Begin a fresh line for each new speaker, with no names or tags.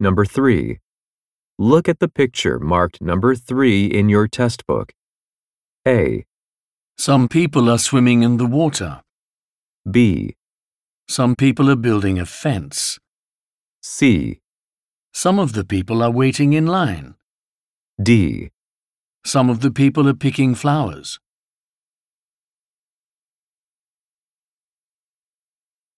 Number 3. Look at the picture marked number 3 in your test book. A,
Some people are swimming in the water.
B,
Some people are building a fence.
C,
Some of the people are waiting in line.
D.
Some of the people are picking flowers.